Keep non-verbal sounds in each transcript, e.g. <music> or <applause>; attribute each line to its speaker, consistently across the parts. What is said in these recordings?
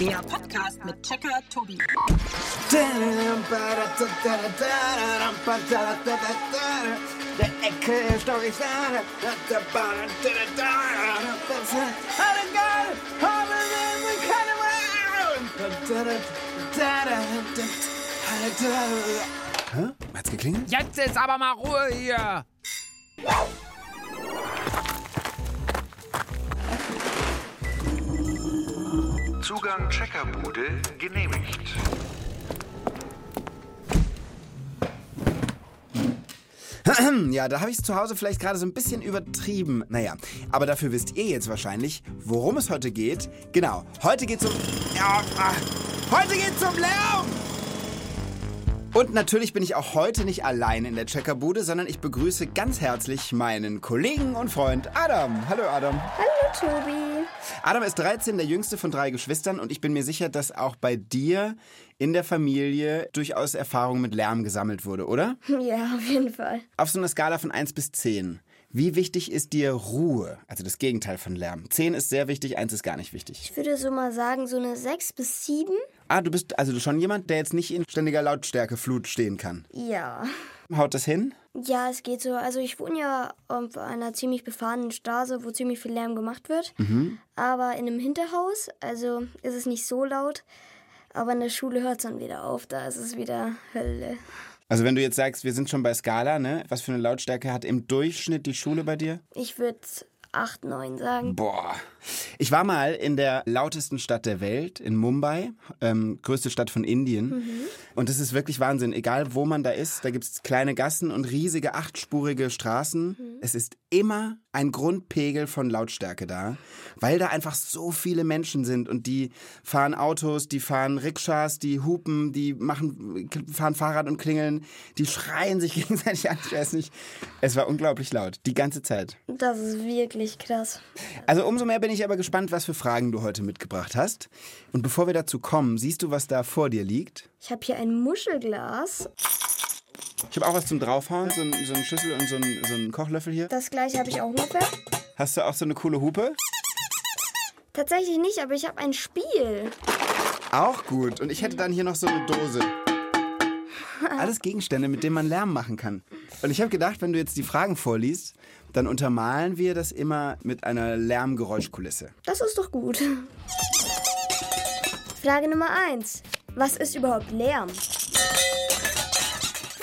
Speaker 1: Der Podcast mit Checker Tobi.
Speaker 2: Der Ecke ist doch ich sage, der Bahn, der Alle geil, alle nehmen keine mehr.
Speaker 3: Hä? Hat's geklingelt?
Speaker 4: Jetzt ist aber mal Ruhe hier.
Speaker 5: Zugang Checkerbude genehmigt.
Speaker 3: Ja, da habe ich es zu Hause vielleicht gerade so ein bisschen übertrieben. Naja, aber dafür wisst ihr jetzt wahrscheinlich, worum es heute geht. Genau, heute geht's um. Ja, ah, heute geht's um Lärm! Und natürlich bin ich auch heute nicht allein in der Checkerbude, sondern ich begrüße ganz herzlich meinen Kollegen und Freund Adam. Hallo Adam.
Speaker 6: Hallo Tobi. <laughs>
Speaker 3: Adam ist 13, der jüngste von drei Geschwistern und ich bin mir sicher, dass auch bei dir in der Familie durchaus Erfahrung mit Lärm gesammelt wurde, oder?
Speaker 6: Ja, auf jeden Fall.
Speaker 3: Auf so einer Skala von 1 bis 10. Wie wichtig ist dir Ruhe? Also das Gegenteil von Lärm. 10 ist sehr wichtig, 1 ist gar nicht wichtig.
Speaker 6: Ich würde so mal sagen, so eine 6 bis 7.
Speaker 3: Ah, du bist also schon jemand, der jetzt nicht in ständiger Lautstärkeflut stehen kann.
Speaker 6: Ja.
Speaker 3: Haut das hin?
Speaker 6: Ja, es geht so. Also ich wohne ja auf einer ziemlich befahrenen Straße, wo ziemlich viel Lärm gemacht wird. Aber in einem Hinterhaus, also ist es nicht so laut. Aber in der Schule hört es dann wieder auf, da ist es wieder Hölle.
Speaker 3: Also wenn du jetzt sagst, wir sind schon bei Skala, ne? Was für eine Lautstärke hat im Durchschnitt die Schule bei dir?
Speaker 6: Ich würde 8, 9 sagen.
Speaker 3: Boah. Ich war mal in der lautesten Stadt der Welt, in Mumbai, ähm, größte Stadt von Indien. Und das ist wirklich Wahnsinn. Egal wo man da ist, da gibt es kleine Gassen und riesige achtspurige Straßen. Es ist immer ein Grundpegel von Lautstärke da, weil da einfach so viele Menschen sind und die fahren Autos, die fahren Rikschas, die hupen, die machen, fahren Fahrrad und klingeln, die schreien sich <laughs> gegenseitig an. Ich weiß nicht. Es war unglaublich laut, die ganze Zeit.
Speaker 6: Das ist wirklich krass.
Speaker 3: Also umso mehr bin ich aber gespannt, was für Fragen du heute mitgebracht hast. Und bevor wir dazu kommen, siehst du, was da vor dir liegt?
Speaker 6: Ich habe hier ein Muschelglas.
Speaker 3: Ich habe auch was zum Draufhauen, so, ein- so einen Schüssel und so einen, so einen Kochlöffel hier.
Speaker 6: Das gleiche habe ich auch ungefähr.
Speaker 3: Hast du auch so eine coole Hupe?
Speaker 6: Tatsächlich nicht, aber ich habe ein Spiel.
Speaker 3: Auch gut. Und ich hätte dann hier noch so eine Dose. Alles Gegenstände, mit denen man Lärm machen kann. Und ich habe gedacht, wenn du jetzt die Fragen vorliest, dann untermalen wir das immer mit einer Lärmgeräuschkulisse.
Speaker 6: Das ist doch gut. Frage Nummer 1. Was ist überhaupt Lärm?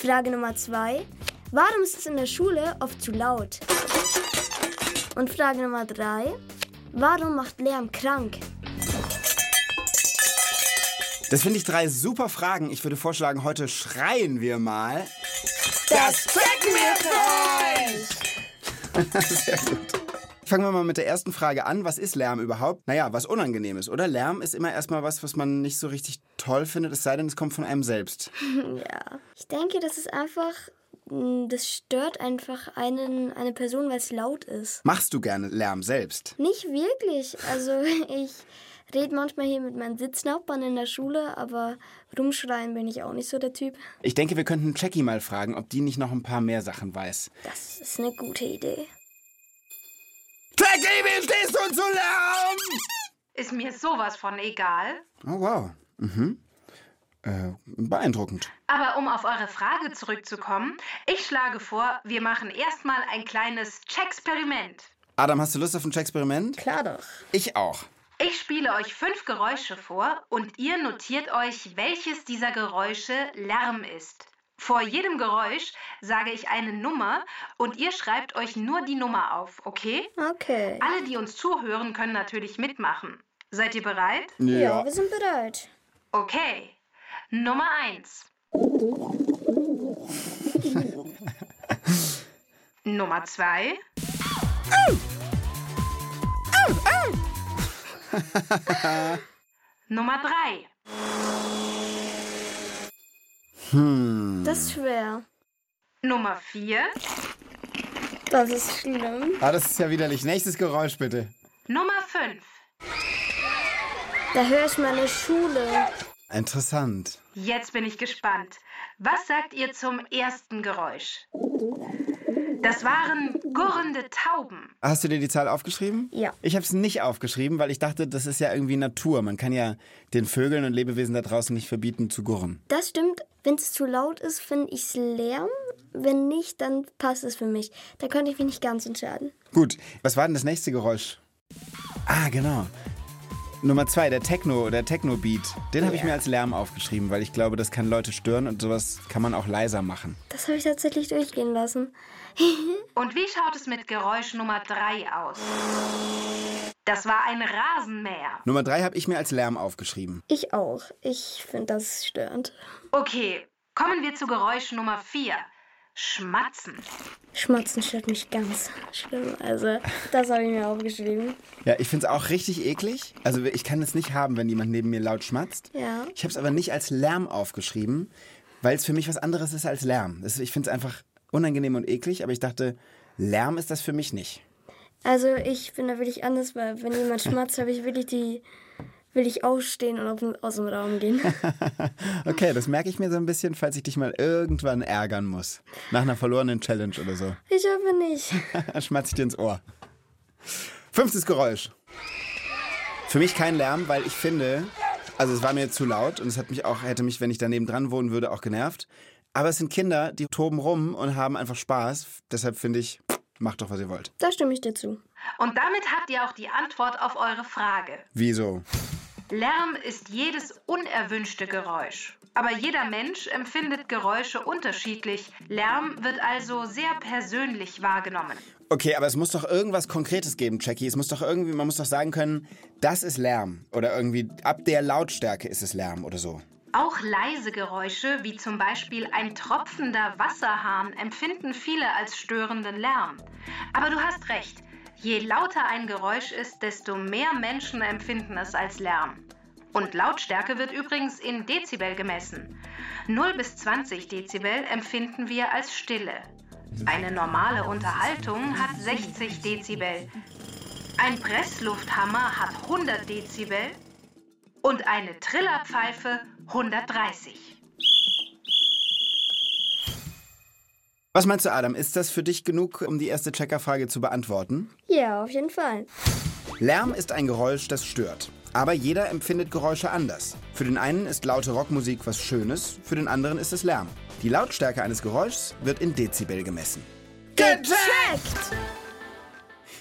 Speaker 6: Frage Nummer 2. Warum ist es in der Schule oft zu laut? Und Frage Nummer 3. Warum macht Lärm krank?
Speaker 3: Das finde ich drei super Fragen. Ich würde vorschlagen, heute schreien wir mal.
Speaker 6: Das checken wir für euch!
Speaker 3: <laughs> Sehr gut. Fangen wir mal mit der ersten Frage an. Was ist Lärm überhaupt? Naja, was Unangenehmes, oder? Lärm ist immer erstmal was, was man nicht so richtig toll findet, es sei denn, es kommt von einem selbst.
Speaker 6: Ja. Ich denke, das ist einfach. mh, Das stört einfach einen, eine Person, weil es laut ist.
Speaker 3: Machst du gerne Lärm selbst?
Speaker 6: Nicht wirklich. Also <laughs> ich rede manchmal hier mit meinen Sitznachbarn in der Schule, aber rumschreien bin ich auch nicht so der Typ.
Speaker 3: Ich denke, wir könnten Jackie mal fragen, ob die nicht noch ein paar mehr Sachen weiß.
Speaker 6: Das ist eine gute Idee.
Speaker 3: Jackie, wie stehst du zu Lärm?
Speaker 7: Ist mir sowas von egal.
Speaker 3: Oh, wow. Mhm. Äh, beeindruckend.
Speaker 7: Aber um auf eure Frage zurückzukommen, ich schlage vor, wir machen erstmal ein kleines Checksperiment.
Speaker 3: Adam, hast du Lust auf ein Experiment?
Speaker 6: Klar doch.
Speaker 3: Ich auch.
Speaker 7: Ich spiele euch fünf Geräusche vor und ihr notiert euch, welches dieser Geräusche Lärm ist. Vor jedem Geräusch sage ich eine Nummer und ihr schreibt euch nur die Nummer auf, okay?
Speaker 6: Okay.
Speaker 7: Alle, die uns zuhören, können natürlich mitmachen. Seid ihr bereit?
Speaker 6: Ja, wir sind bereit.
Speaker 7: Okay. Nummer 1. Nummer 2. Nummer 3.
Speaker 6: Das ist schwer.
Speaker 7: Nummer 4.
Speaker 6: Das ist schlimm.
Speaker 3: Ah, das ist ja widerlich. Nächstes Geräusch bitte.
Speaker 7: Nummer 5.
Speaker 6: Da höre ich meine Schule.
Speaker 3: Interessant.
Speaker 7: Jetzt bin ich gespannt. Was sagt ihr zum ersten Geräusch? Das waren gurrende Tauben.
Speaker 3: Hast du dir die Zahl aufgeschrieben?
Speaker 6: Ja.
Speaker 3: Ich habe es nicht aufgeschrieben, weil ich dachte, das ist ja irgendwie Natur. Man kann ja den Vögeln und Lebewesen da draußen nicht verbieten zu gurren.
Speaker 6: Das stimmt. Wenn es zu laut ist, finde ich es Lärm. Wenn nicht, dann passt es für mich. Da könnte ich mich nicht ganz entscheiden.
Speaker 3: Gut, was war denn das nächste Geräusch? Ah, genau. Nummer zwei, der Techno oder Techno-Beat. Den habe ich mir als Lärm aufgeschrieben, weil ich glaube, das kann Leute stören und sowas kann man auch leiser machen.
Speaker 6: Das habe ich tatsächlich durchgehen lassen.
Speaker 7: Und wie schaut es mit Geräusch Nummer 3 aus? Das war ein Rasenmäher.
Speaker 3: Nummer drei habe ich mir als Lärm aufgeschrieben.
Speaker 6: Ich auch. Ich finde das störend.
Speaker 7: Okay, kommen wir zu Geräusch Nummer 4. Schmatzen.
Speaker 6: Schmatzen stört mich ganz schlimm. Also, das habe ich mir aufgeschrieben.
Speaker 3: Ja, ich finde es auch richtig eklig. Also ich kann es nicht haben, wenn jemand neben mir laut schmatzt.
Speaker 6: Ja.
Speaker 3: Ich habe es aber nicht als Lärm aufgeschrieben, weil es für mich was anderes ist als Lärm. Das, ich finde es einfach unangenehm und eklig, aber ich dachte, Lärm ist das für mich nicht.
Speaker 6: Also, ich bin da wirklich anders, weil wenn jemand schmatzt, habe ich wirklich die. Will ich aufstehen und auf den, aus dem Raum gehen.
Speaker 3: Okay, das merke ich mir so ein bisschen, falls ich dich mal irgendwann ärgern muss. Nach einer verlorenen Challenge oder so.
Speaker 6: Ich hoffe nicht.
Speaker 3: Schmatze ich dir ins Ohr. Fünftes Geräusch. Für mich kein Lärm, weil ich finde, also es war mir zu laut und es hat mich auch, hätte mich, wenn ich daneben dran wohnen würde, auch genervt. Aber es sind Kinder, die toben rum und haben einfach Spaß. Deshalb finde ich, macht doch, was ihr wollt.
Speaker 6: Da stimme ich dir zu.
Speaker 7: Und damit habt ihr auch die Antwort auf eure Frage.
Speaker 3: Wieso?
Speaker 7: Lärm ist jedes unerwünschte Geräusch. Aber jeder Mensch empfindet Geräusche unterschiedlich. Lärm wird also sehr persönlich wahrgenommen.
Speaker 3: Okay, aber es muss doch irgendwas Konkretes geben, Jackie. Es muss doch irgendwie, man muss doch sagen können, das ist Lärm. Oder irgendwie, ab der Lautstärke ist es Lärm oder so.
Speaker 7: Auch leise Geräusche, wie zum Beispiel ein tropfender Wasserhahn, empfinden viele als störenden Lärm. Aber du hast recht, je lauter ein Geräusch ist, desto mehr Menschen empfinden es als Lärm. Und Lautstärke wird übrigens in Dezibel gemessen. 0 bis 20 Dezibel empfinden wir als Stille. Eine normale Unterhaltung hat 60 Dezibel. Ein Presslufthammer hat 100 Dezibel und eine Trillerpfeife 130.
Speaker 3: Was meinst du, Adam? Ist das für dich genug, um die erste Checkerfrage zu beantworten?
Speaker 6: Ja, auf jeden Fall.
Speaker 3: Lärm ist ein Geräusch, das stört. Aber jeder empfindet Geräusche anders. Für den einen ist laute Rockmusik was Schönes, für den anderen ist es Lärm. Die Lautstärke eines Geräuschs wird in Dezibel gemessen.
Speaker 6: Gecheckt!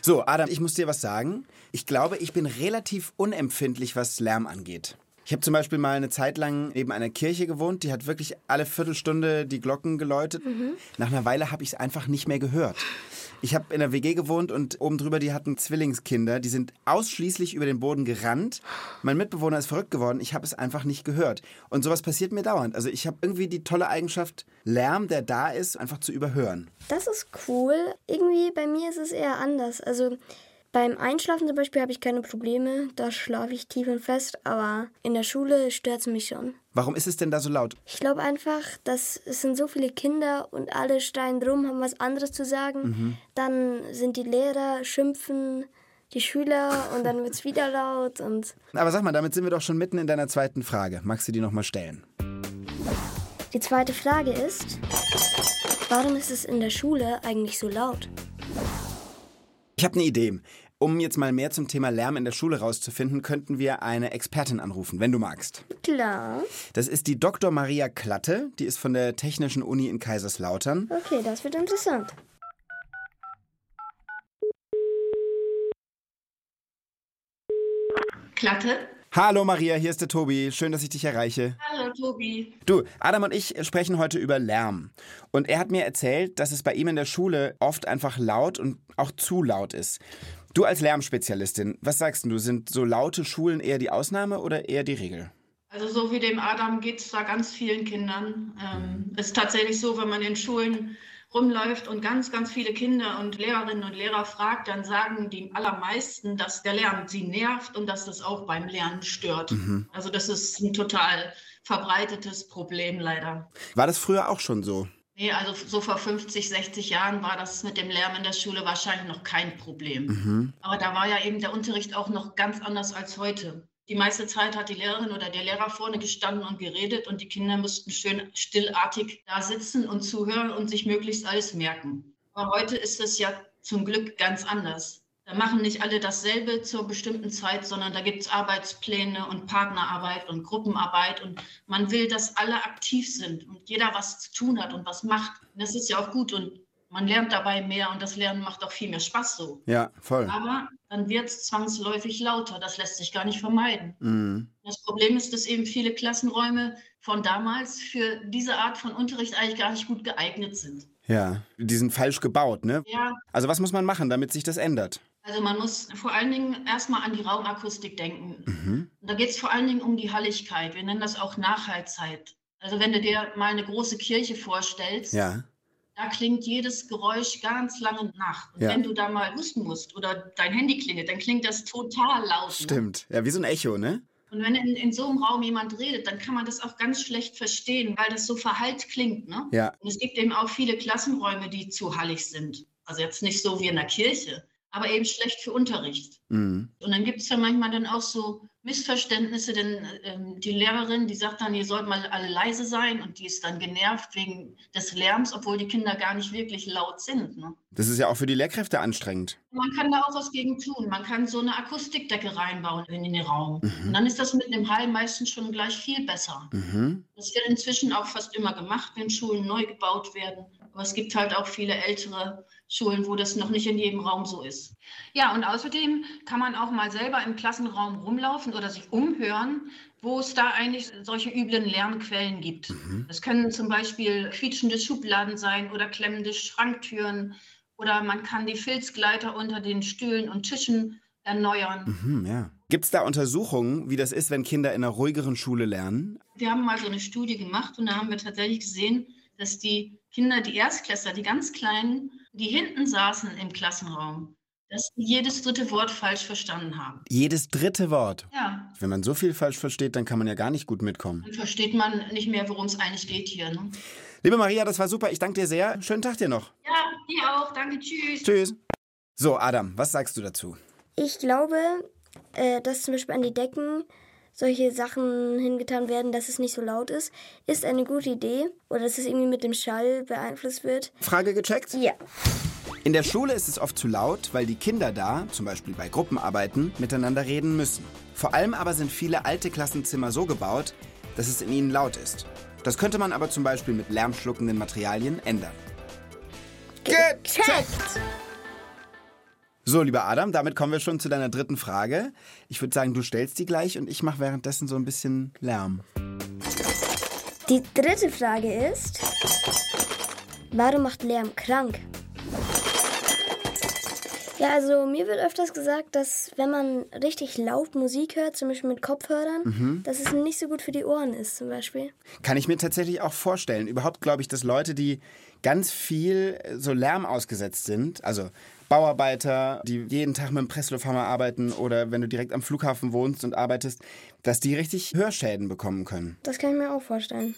Speaker 3: So, Adam, ich muss dir was sagen. Ich glaube, ich bin relativ unempfindlich, was Lärm angeht. Ich habe zum Beispiel mal eine Zeit lang neben einer Kirche gewohnt, die hat wirklich alle Viertelstunde die Glocken geläutet. Nach einer Weile habe ich es einfach nicht mehr gehört. Ich habe in der WG gewohnt und oben drüber, die hatten Zwillingskinder, die sind ausschließlich über den Boden gerannt. Mein Mitbewohner ist verrückt geworden, ich habe es einfach nicht gehört. Und sowas passiert mir dauernd. Also ich habe irgendwie die tolle Eigenschaft, Lärm, der da ist, einfach zu überhören.
Speaker 6: Das ist cool. Irgendwie bei mir ist es eher anders. Also beim Einschlafen zum Beispiel habe ich keine Probleme. Da schlafe ich tief und fest. Aber in der Schule stört es mich schon.
Speaker 3: Warum ist es denn da so laut?
Speaker 6: Ich glaube einfach, dass es sind so viele Kinder und alle schreien drum, haben was anderes zu sagen. Dann sind die Lehrer, schimpfen die Schüler und dann wird es wieder laut. Und
Speaker 3: Aber sag mal, damit sind wir doch schon mitten in deiner zweiten Frage. Magst du die nochmal stellen?
Speaker 6: die zweite Frage ist, warum ist es in der Schule eigentlich so laut?
Speaker 3: Ich habe eine Idee. Um jetzt mal mehr zum Thema Lärm in der Schule rauszufinden, könnten wir eine Expertin anrufen, wenn du magst.
Speaker 6: Klar.
Speaker 3: Das ist die Dr. Maria Klatte, die ist von der Technischen Uni in Kaiserslautern.
Speaker 6: Okay, das wird interessant.
Speaker 8: Klatte.
Speaker 3: Hallo Maria, hier ist der Tobi. Schön, dass ich dich erreiche.
Speaker 8: Hallo Tobi.
Speaker 3: Du, Adam und ich sprechen heute über Lärm. Und er hat mir erzählt, dass es bei ihm in der Schule oft einfach laut und auch zu laut ist. Du als Lärmspezialistin, was sagst denn du? Sind so laute Schulen eher die Ausnahme oder eher die Regel?
Speaker 8: Also so wie dem Adam geht es da ganz vielen Kindern. Ähm, es ist tatsächlich so, wenn man in Schulen rumläuft und ganz, ganz viele Kinder und Lehrerinnen und Lehrer fragt, dann sagen die allermeisten, dass der Lärm sie nervt und dass das auch beim Lernen stört. Also das ist ein total verbreitetes Problem leider.
Speaker 3: War das früher auch schon so?
Speaker 8: Nee, also so vor 50, 60 Jahren war das mit dem Lärm in der Schule wahrscheinlich noch kein Problem. Aber da war ja eben der Unterricht auch noch ganz anders als heute. Die meiste Zeit hat die Lehrerin oder der Lehrer vorne gestanden und geredet und die Kinder mussten schön stillartig da sitzen und zuhören und sich möglichst alles merken. Aber heute ist es ja zum Glück ganz anders. Da machen nicht alle dasselbe zur bestimmten Zeit, sondern da gibt es Arbeitspläne und Partnerarbeit und Gruppenarbeit und man will, dass alle aktiv sind und jeder was zu tun hat und was macht. Und das ist ja auch gut und man lernt dabei mehr und das Lernen macht auch viel mehr Spaß so.
Speaker 3: Ja, voll.
Speaker 8: Aber dann wird es zwangsläufig lauter. Das lässt sich gar nicht vermeiden.
Speaker 3: Mhm.
Speaker 8: Das Problem ist, dass eben viele Klassenräume von damals für diese Art von Unterricht eigentlich gar nicht gut geeignet sind.
Speaker 3: Ja, die sind falsch gebaut, ne?
Speaker 8: Ja,
Speaker 3: Also was muss man machen, damit sich das ändert?
Speaker 8: also man muss vor allen Dingen erstmal an die Raumakustik denken. Und Da geht es vor allen Dingen um die Halligkeit. Wir nennen das auch Nachhaltigkeit. Also wenn du dir mal eine große Kirche vorstellst,
Speaker 3: Ja,
Speaker 8: da klingt jedes Geräusch ganz lange nach. Und
Speaker 3: Ja.
Speaker 8: wenn du da mal husten musst oder dein Handy klingelt, dann klingt das total laut. ne?
Speaker 3: stimmt. Ja, wie so ein Echo, ne?
Speaker 8: Und wenn in, in so einem Raum jemand redet, dann kann man das auch ganz schlecht verstehen, weil das so verhallt klingt. Ne?
Speaker 3: Ja,
Speaker 8: Und es gibt eben auch viele Klassenräume, die zu hallig sind. Also jetzt nicht so wie in der Kirche, aber eben schlecht für Unterricht.
Speaker 3: mhm.
Speaker 8: Und dann gibt es ja manchmal dann auch so Missverständnisse, denn ähm, die Lehrerin, die sagt dann, ihr sollt mal alle leise sein und die ist dann genervt wegen des Lärms, obwohl die Kinder gar nicht wirklich laut sind. Ne?
Speaker 3: das ist ja auch für die Lehrkräfte anstrengend.
Speaker 8: Man kann da auch was gegen tun. Man kann so eine Akustikdecke reinbauen in den Raum. Und dann ist das mit einem Hall meistens schon gleich viel besser.
Speaker 3: Mhm.
Speaker 8: Das wird inzwischen auch fast immer gemacht, wenn Schulen neu gebaut werden. Aber es gibt halt auch viele ältere Schulen, wo das noch nicht in jedem Raum so ist. Ja, und außerdem kann man auch mal selber im Klassenraum rumlaufen oder sich umhören, wo es da eigentlich solche üblen Lärmquellen gibt. Das können zum Beispiel quietschende Schubladen sein oder klemmende Schranktüren. Oder man kann die Filzgleiter unter den Stühlen und Tischen erneuern.
Speaker 3: Mhm, ja. Gibt es da Untersuchungen, wie das ist, wenn Kinder in einer ruhigeren Schule lernen?
Speaker 8: Wir haben mal so eine Studie gemacht und da haben wir tatsächlich gesehen, dass die Kinder, die Erstklässler, die ganz Kleinen, die hinten saßen im Klassenraum, dass sie jedes dritte Wort falsch verstanden haben.
Speaker 3: Jedes dritte Wort.
Speaker 8: Ja,
Speaker 3: Wenn man so viel falsch versteht, dann kann man ja gar nicht gut mitkommen.
Speaker 8: dann versteht man nicht mehr, worum es eigentlich geht hier. Ne?
Speaker 3: Liebe Maria, das war super. Ich danke dir sehr. Schönen Tag dir noch.
Speaker 8: Ja, dir auch. Danke, tschüss.
Speaker 3: Tschüss. So, Adam, was sagst du dazu?
Speaker 6: Ich glaube, äh, dass zum Beispiel an die Decken solche Sachen hingetan werden, dass es nicht so laut ist, ist eine gute Idee. Oder dass es irgendwie mit dem Schall beeinflusst wird.
Speaker 3: Frage gecheckt?
Speaker 6: Ja.
Speaker 3: In der Schule ist es oft zu laut, weil die Kinder da, zum Beispiel bei Gruppenarbeiten, miteinander reden müssen. Vor allem aber sind viele alte Klassenzimmer so gebaut, dass es in ihnen laut ist. Das könnte man aber zum Beispiel mit lärmschluckenden Materialien ändern. Gecheckt! So, lieber Adam, damit kommen wir schon zu deiner dritten Frage. Ich würde sagen, du stellst die gleich und ich mache währenddessen so ein bisschen Lärm.
Speaker 6: Die dritte Frage ist, warum macht Lärm krank? Ja, also mir wird öfters gesagt, dass wenn man richtig laut Musik hört, zum Beispiel mit Kopfhörern, dass es nicht so gut für die Ohren ist zum Beispiel.
Speaker 3: Kann ich mir tatsächlich auch vorstellen. Überhaupt glaube ich, dass Leute, die ganz viel äh, so Lärm ausgesetzt sind, also Bauarbeiter, die jeden Tag mit dem Presslufthammer arbeiten oder wenn du direkt am Flughafen wohnst und arbeitest, dass die richtig Hörschäden bekommen können.
Speaker 6: Das kann ich mir auch vorstellen.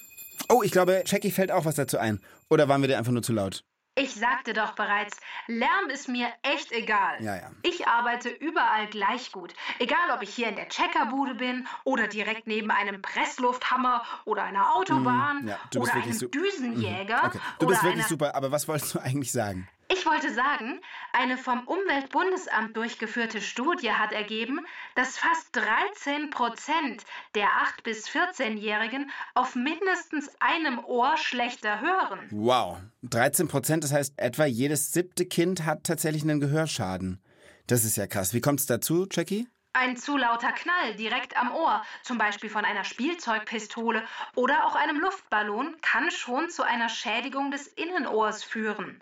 Speaker 3: Oh, ich glaube, Jackie fällt auch was dazu ein. Oder waren wir dir einfach nur zu laut?
Speaker 7: Ich sagte doch bereits, Lärm ist mir echt egal.
Speaker 3: Ja, ja.
Speaker 7: Ich arbeite überall gleich gut. Egal, ob ich hier in der Checkerbude bin oder direkt neben einem Presslufthammer oder einer Autobahn
Speaker 3: Mhm. ja, du bist
Speaker 7: oder
Speaker 3: wirklich
Speaker 7: einem
Speaker 3: su-
Speaker 7: Düsenjäger.
Speaker 3: Okay. Du bist
Speaker 7: oder
Speaker 3: wirklich
Speaker 7: einer
Speaker 3: super, aber was wolltest du eigentlich sagen?
Speaker 7: Ich wollte sagen, eine vom Umweltbundesamt durchgeführte Studie hat ergeben, dass fast 13 Prozent der 8- bis 14-Jährigen auf mindestens einem Ohr schlechter hören.
Speaker 3: Wow. 13 Prozent, das heißt, etwa jedes siebte Kind hat tatsächlich einen Gehörschaden. Das ist ja krass. Wie kommt es dazu, Jackie?
Speaker 7: Ein zu lauter Knall direkt am Ohr, zum Beispiel von einer Spielzeugpistole oder auch einem Luftballon, kann schon zu einer Schädigung des Innenohrs führen.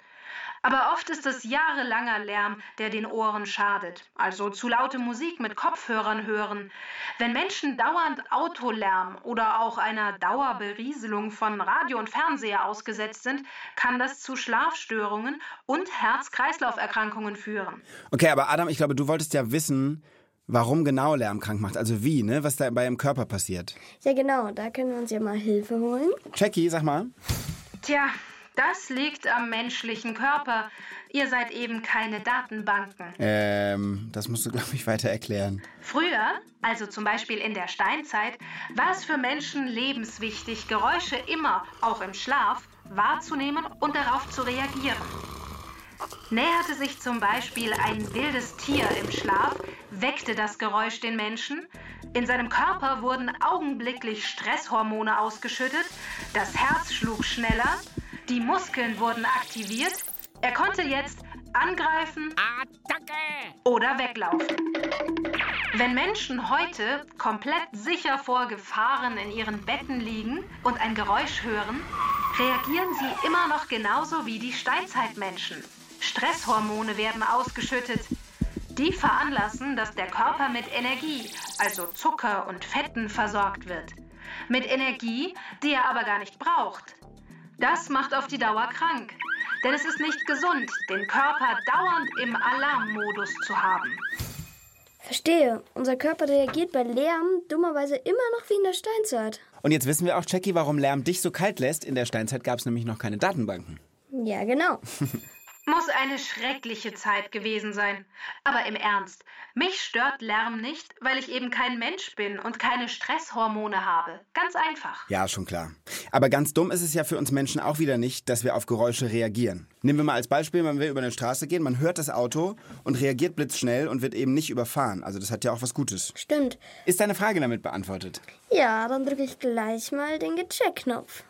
Speaker 7: Aber oft ist es jahrelanger Lärm, der den Ohren schadet. Also zu laute Musik mit Kopfhörern hören. Wenn Menschen dauernd Autolärm oder auch einer Dauerberieselung von Radio und Fernseher ausgesetzt sind, kann das zu Schlafstörungen und Herz-Kreislauf-Erkrankungen führen.
Speaker 3: Okay, aber Adam, ich glaube, du wolltest ja wissen, warum genau Lärm krank macht. Also wie, ne? Was dabei im Körper passiert.
Speaker 6: Ja genau, da können wir uns ja mal Hilfe holen.
Speaker 3: Jackie, sag mal.
Speaker 7: Tja, das liegt am menschlichen Körper. Ihr seid eben keine Datenbanken.
Speaker 3: Ähm, das musst du, glaube ich, weiter erklären.
Speaker 7: Früher, also zum Beispiel in der Steinzeit, war es für Menschen lebenswichtig, Geräusche immer, auch im Schlaf, wahrzunehmen und darauf zu reagieren. Näherte sich zum Beispiel ein wildes Tier im Schlaf, weckte das Geräusch den Menschen. In seinem Körper wurden augenblicklich Stresshormone ausgeschüttet, das Herz schlug schneller, die Muskeln wurden aktiviert. Er konnte jetzt angreifen
Speaker 4: Ah, Attacke!
Speaker 7: oder weglaufen. Wenn Menschen heute komplett sicher vor Gefahren in ihren Betten liegen und ein Geräusch hören, reagieren sie immer noch genauso wie die Steinzeitmenschen. Stresshormone werden ausgeschüttet. Die veranlassen, dass der Körper mit Energie, also Zucker und Fetten, versorgt wird. Mit Energie, die er aber gar nicht braucht. Das macht auf die Dauer krank. Denn es ist nicht gesund, den Körper dauernd im Alarmmodus zu haben.
Speaker 6: Verstehe. Unser Körper reagiert bei Lärm dummerweise immer noch wie in der Steinzeit.
Speaker 3: Und jetzt wissen wir auch, Jackie, warum Lärm dich so kalt lässt. In der Steinzeit gab es nämlich noch keine Datenbanken.
Speaker 6: Ja, genau.
Speaker 7: Muss eine schreckliche Zeit gewesen sein. Aber im Ernst, mich stört Lärm nicht, weil ich eben kein Mensch bin und keine Stresshormone habe. Ganz einfach.
Speaker 3: Ja, schon klar. Aber ganz dumm ist es ja für uns Menschen auch wieder nicht, dass wir auf Geräusche reagieren. Nehmen wir mal als Beispiel, man will über eine Straße gehen, man hört das Auto und reagiert blitzschnell und wird eben nicht überfahren. Also das hat ja auch was Gutes.
Speaker 6: Stimmt.
Speaker 3: Ist deine Frage damit beantwortet?
Speaker 6: Ja, dann drücke ich gleich mal den Gecheck-Knopf.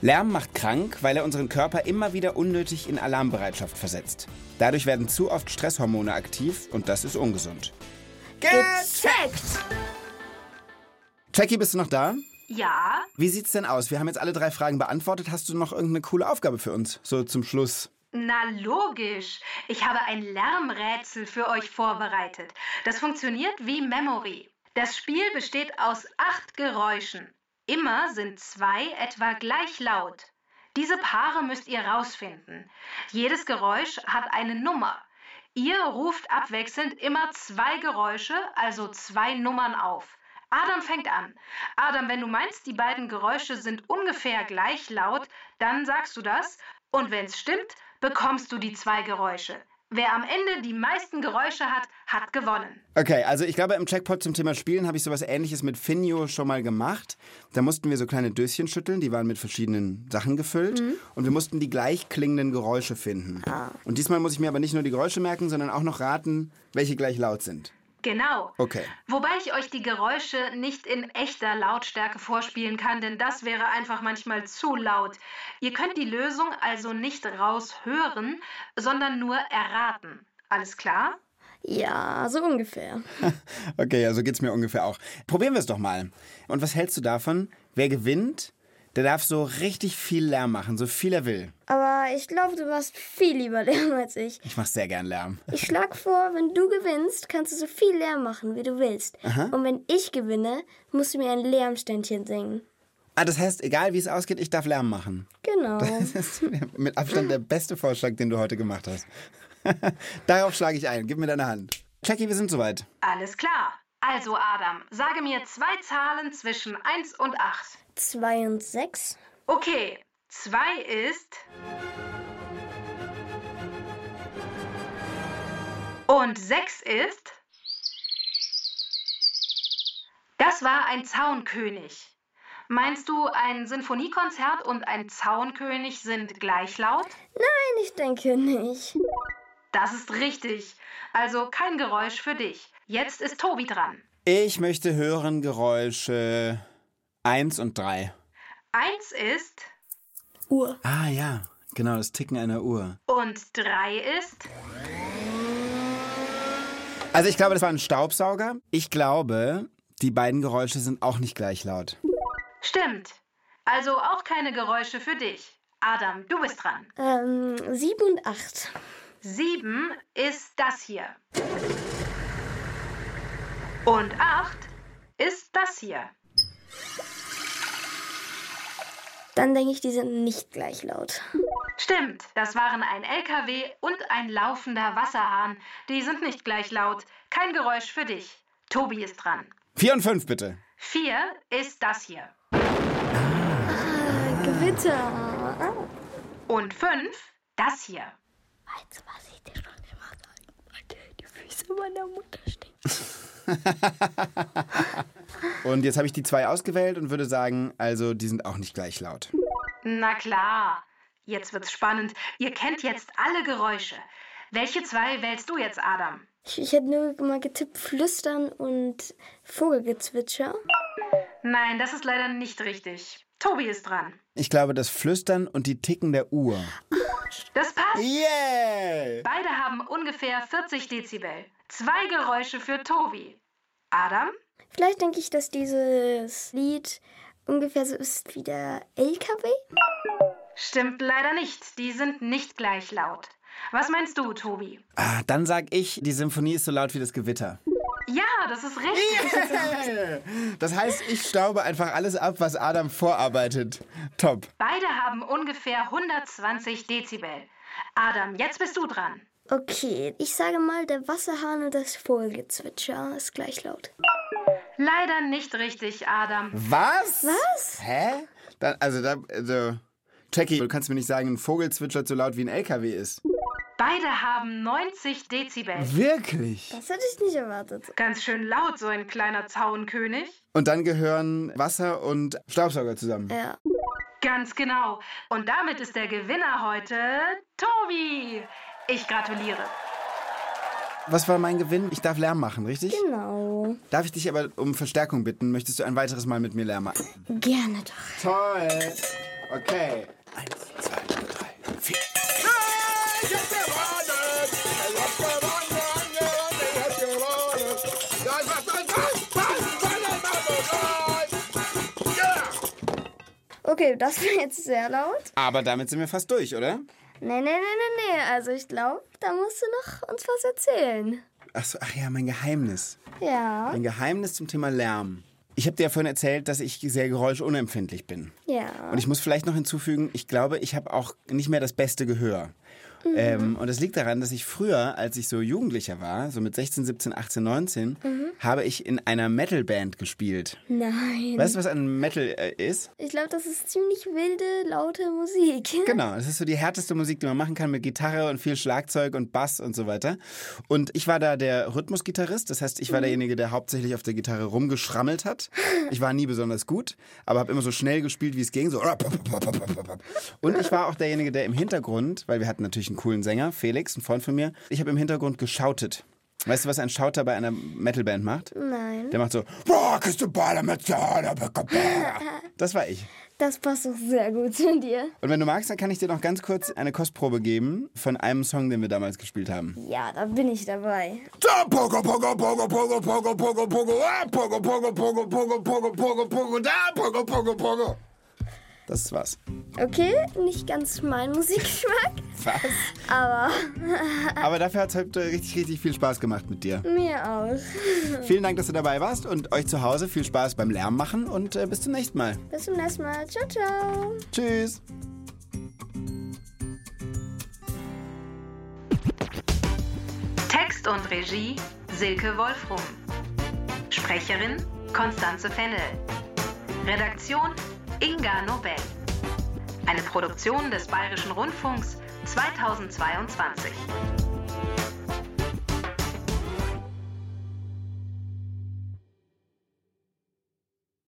Speaker 3: Lärm macht krank, weil er unseren Körper immer wieder unnötig in Alarmbereitschaft versetzt. Dadurch werden zu oft Stresshormone aktiv und das ist ungesund.
Speaker 6: Gecheckt!
Speaker 3: Jackie, bist du noch da?
Speaker 7: Ja,
Speaker 3: Wie sieht's denn aus? Wir haben jetzt alle drei Fragen beantwortet. Hast du noch irgendeine coole Aufgabe für uns? So zum Schluss.
Speaker 7: na logisch. Ich habe ein Lärmrätsel für euch vorbereitet. Das funktioniert wie Memory. Das Spiel besteht aus acht Geräuschen. Immer sind zwei etwa gleich laut. Diese Paare müsst ihr rausfinden. Jedes Geräusch hat eine Nummer. Ihr ruft abwechselnd immer zwei Geräusche, also zwei Nummern auf. Adam fängt an. Adam, wenn du meinst, die beiden Geräusche sind ungefähr gleich laut, dann sagst du das. Und wenn es stimmt, bekommst du die zwei Geräusche. Wer am Ende die meisten Geräusche hat, hat gewonnen.
Speaker 3: Okay, also ich glaube, im Checkpot zum Thema Spielen habe ich sowas ähnliches mit Finio schon mal gemacht. Da mussten wir so kleine Döschen schütteln, die waren mit verschiedenen Sachen gefüllt. Und wir mussten die gleich klingenden Geräusche finden. Und diesmal muss ich mir aber nicht nur die Geräusche merken, sondern auch noch raten, welche gleich laut sind.
Speaker 7: Genau.
Speaker 3: Okay.
Speaker 7: Wobei ich euch die Geräusche nicht in echter Lautstärke vorspielen kann, denn das wäre einfach manchmal zu laut. Ihr könnt die Lösung also nicht raushören, sondern nur erraten. Alles klar?
Speaker 6: Ja, so ungefähr.
Speaker 3: Okay, ja, so geht's mir ungefähr auch. Probieren wir es doch mal. Und was hältst du davon? Wer gewinnt, der darf so richtig viel Lärm machen, so viel er will.
Speaker 6: Aber ich glaube, du machst viel lieber <laughs> Lärm als ich.
Speaker 3: Ich mach sehr gern Lärm.
Speaker 6: Ich schlage vor, wenn du gewinnst, kannst du so viel Lärm machen, wie du willst. Und wenn ich gewinne, musst du mir ein Lärmständchen singen.
Speaker 3: Ah, das heißt, egal wie es ausgeht, ich darf Lärm machen.
Speaker 6: Genau.
Speaker 3: Das ist mit Abstand der beste Vorschlag, den du heute gemacht hast. <laughs> Darauf schlage ich ein. Gib mir deine Hand. Jackie, wir sind soweit.
Speaker 7: Alles klar. Also Adam, sage mir zwei Zahlen zwischen 1 und 8.
Speaker 6: Zwei und sechs.
Speaker 7: Okay, 2 ist... Und 6 ist... Das war ein Zaunkönig. Meinst du, ein Sinfoniekonzert und ein Zaunkönig sind gleich laut?
Speaker 6: Nein, ich denke nicht.
Speaker 7: Das ist richtig. Also kein Geräusch für dich. Jetzt ist Tobi dran.
Speaker 3: Ich möchte hören Geräusche 1 und 3.
Speaker 7: Eins ist
Speaker 6: Uhr.
Speaker 3: Ah ja, genau, das Ticken einer Uhr.
Speaker 7: und drei ist.
Speaker 3: Also ich glaube, das war ein Staubsauger. Ich glaube, die beiden Geräusche sind auch nicht gleich laut.
Speaker 7: Stimmt. Also auch keine Geräusche für dich. Adam, du bist dran.
Speaker 6: Ähm, sieben und acht.
Speaker 7: Sieben ist das hier. Und acht ist das hier.
Speaker 6: Dann denke ich, die sind nicht gleich laut.
Speaker 7: Stimmt, das waren ein LKW und ein laufender Wasserhahn. Die sind nicht gleich laut. Kein Geräusch für dich. Tobi ist dran.
Speaker 3: 4 und 5 bitte.
Speaker 7: Vier ist das hier.
Speaker 6: Gewitter.
Speaker 7: Und fünf das hier.
Speaker 6: Weißt du, was ich dir schon immer sagen wollte? Die Füße meiner Mutter stinken.
Speaker 3: Und jetzt habe ich die zwei ausgewählt und würde sagen, also die sind auch nicht gleich laut.
Speaker 7: Na klar. Jetzt wird's spannend. Ihr kennt jetzt alle Geräusche. Welche zwei wählst du jetzt, Adam?
Speaker 6: Ich, ich hätte nur mal getippt, Flüstern und Vogelgezwitscher.
Speaker 7: Nein, das ist leider nicht richtig. Tobi ist dran.
Speaker 3: Ich glaube, das Flüstern und die Ticken der Uhr.
Speaker 7: Das passt.
Speaker 3: Yay!
Speaker 7: Beide haben ungefähr 40 Dezibel. Zwei Geräusche für Tobi. Adam?
Speaker 6: Vielleicht denke ich, dass dieses Lied ungefähr so ist wie der LKW.
Speaker 7: Stimmt leider nicht. Die sind nicht gleich laut. Was meinst du, Tobi?
Speaker 3: Ah, dann sag ich, die Symphonie ist so laut wie das Gewitter.
Speaker 7: Ja, das ist richtig.
Speaker 3: Das heißt, ich staube einfach alles ab, was Adam vorarbeitet. Top.
Speaker 7: <laughs> Beide haben ungefähr 120 Dezibel. Adam, jetzt bist du dran.
Speaker 6: Okay, ich sage mal, der Wasserhahn und das Vogelgezwitscher ist gleich laut.
Speaker 7: Leider nicht richtig, Adam.
Speaker 3: Was?
Speaker 6: Was?
Speaker 3: Hä? Dann, also, da, also, Jackie, du kannst mir nicht sagen, ein Vogel zwitschert so laut wie ein LKW ist.
Speaker 7: Beide haben 90 Dezibel.
Speaker 3: Wirklich?
Speaker 6: Das hätte ich nicht erwartet.
Speaker 7: Ganz schön laut, so ein kleiner Zaunkönig.
Speaker 3: Und dann gehören Wasser und Staubsauger zusammen.
Speaker 6: Ja.
Speaker 7: Ganz genau. Und damit ist der Gewinner heute Tobi. Ich gratuliere.
Speaker 3: Was war mein Gewinn? Ich darf Lärm machen, richtig?
Speaker 6: Genau.
Speaker 3: Darf ich dich aber um Verstärkung bitten? Möchtest du ein weiteres Mal mit mir Lärm machen?
Speaker 6: Gerne doch.
Speaker 3: Toll. Okay. Eins, zwei, drei, vier. Ich hab gewonnen! Ich hab gewonnen! Ich hab gewonnen! Das, was, was, was, was, was, was, was, was, ja!
Speaker 6: Okay, das war jetzt sehr laut.
Speaker 3: Aber damit sind wir fast durch, oder?
Speaker 6: Nee, nee, nee, nee, nee. Also ich glaube, da musst du noch uns was erzählen.
Speaker 3: Ach, so, ach ja, mein Geheimnis.
Speaker 6: Ja.
Speaker 3: Ein Geheimnis zum Thema Lärm. Ich habe dir ja vorhin erzählt, dass ich sehr geräuschunempfindlich bin.
Speaker 6: Ja.
Speaker 3: Und ich muss vielleicht noch hinzufügen, ich glaube, ich habe auch nicht mehr das beste Gehör. Ähm, und das liegt daran, dass ich früher, als ich so Jugendlicher war, so mit 16, 17, 18, 19, habe ich in einer Metalband gespielt.
Speaker 6: Nein.
Speaker 3: Weißt du, was ein Metal äh, ist?
Speaker 6: Ich glaube, das ist ziemlich wilde, laute Musik. <laughs>
Speaker 3: Genau, das ist so die härteste Musik, die man machen kann mit Gitarre und viel Schlagzeug und Bass und so weiter. Und ich war da der Rhythmusgitarrist, das heißt, ich war derjenige, der hauptsächlich auf der Gitarre rumgeschrammelt hat. Ich war nie besonders gut, aber habe immer so schnell gespielt, wie es ging. So. Und ich war auch derjenige, der im Hintergrund, weil wir hatten natürlich einen coolen Sänger, Felix, ein Freund von mir, ich habe im Hintergrund geschautet. Weißt du, was ein Schauter bei einer Metalband macht?
Speaker 6: Nein.
Speaker 3: Der macht so, "Rock is the bottom of the das war ich.
Speaker 6: Das passt doch sehr gut zu dir.
Speaker 3: Und wenn du magst, dann kann ich dir noch ganz kurz eine Kostprobe geben von einem Song, den wir damals gespielt haben.
Speaker 6: Ja, da bin ich dabei.
Speaker 3: Da, Pogo, Pogo, Pogo, Pogo, Pogo, Pogo, Pogo, ah, Pogo, Pogo, Pogo, Pogo, Pogo, Pogo, Pogo, da, Pogo, Pogo, Pogo. Das war's.
Speaker 6: Okay, nicht ganz mein Musikgeschmack,
Speaker 3: Was?
Speaker 6: aber
Speaker 3: Aber dafür hat's heute richtig, richtig viel Spaß gemacht mit dir.
Speaker 6: mir auch.
Speaker 3: Vielen Dank, dass du dabei warst und euch zu Hause viel Spaß beim Lärm machen und äh, bis zum nächsten Mal.
Speaker 6: Bis zum nächsten Mal. Ciao, ciao.
Speaker 3: Tschüss.
Speaker 7: Text und Regie Silke Wolfrum. Sprecherin Konstanze Fennel. Redaktion Inga Nobel. Eine Produktion des Bayerischen Rundfunks 2022.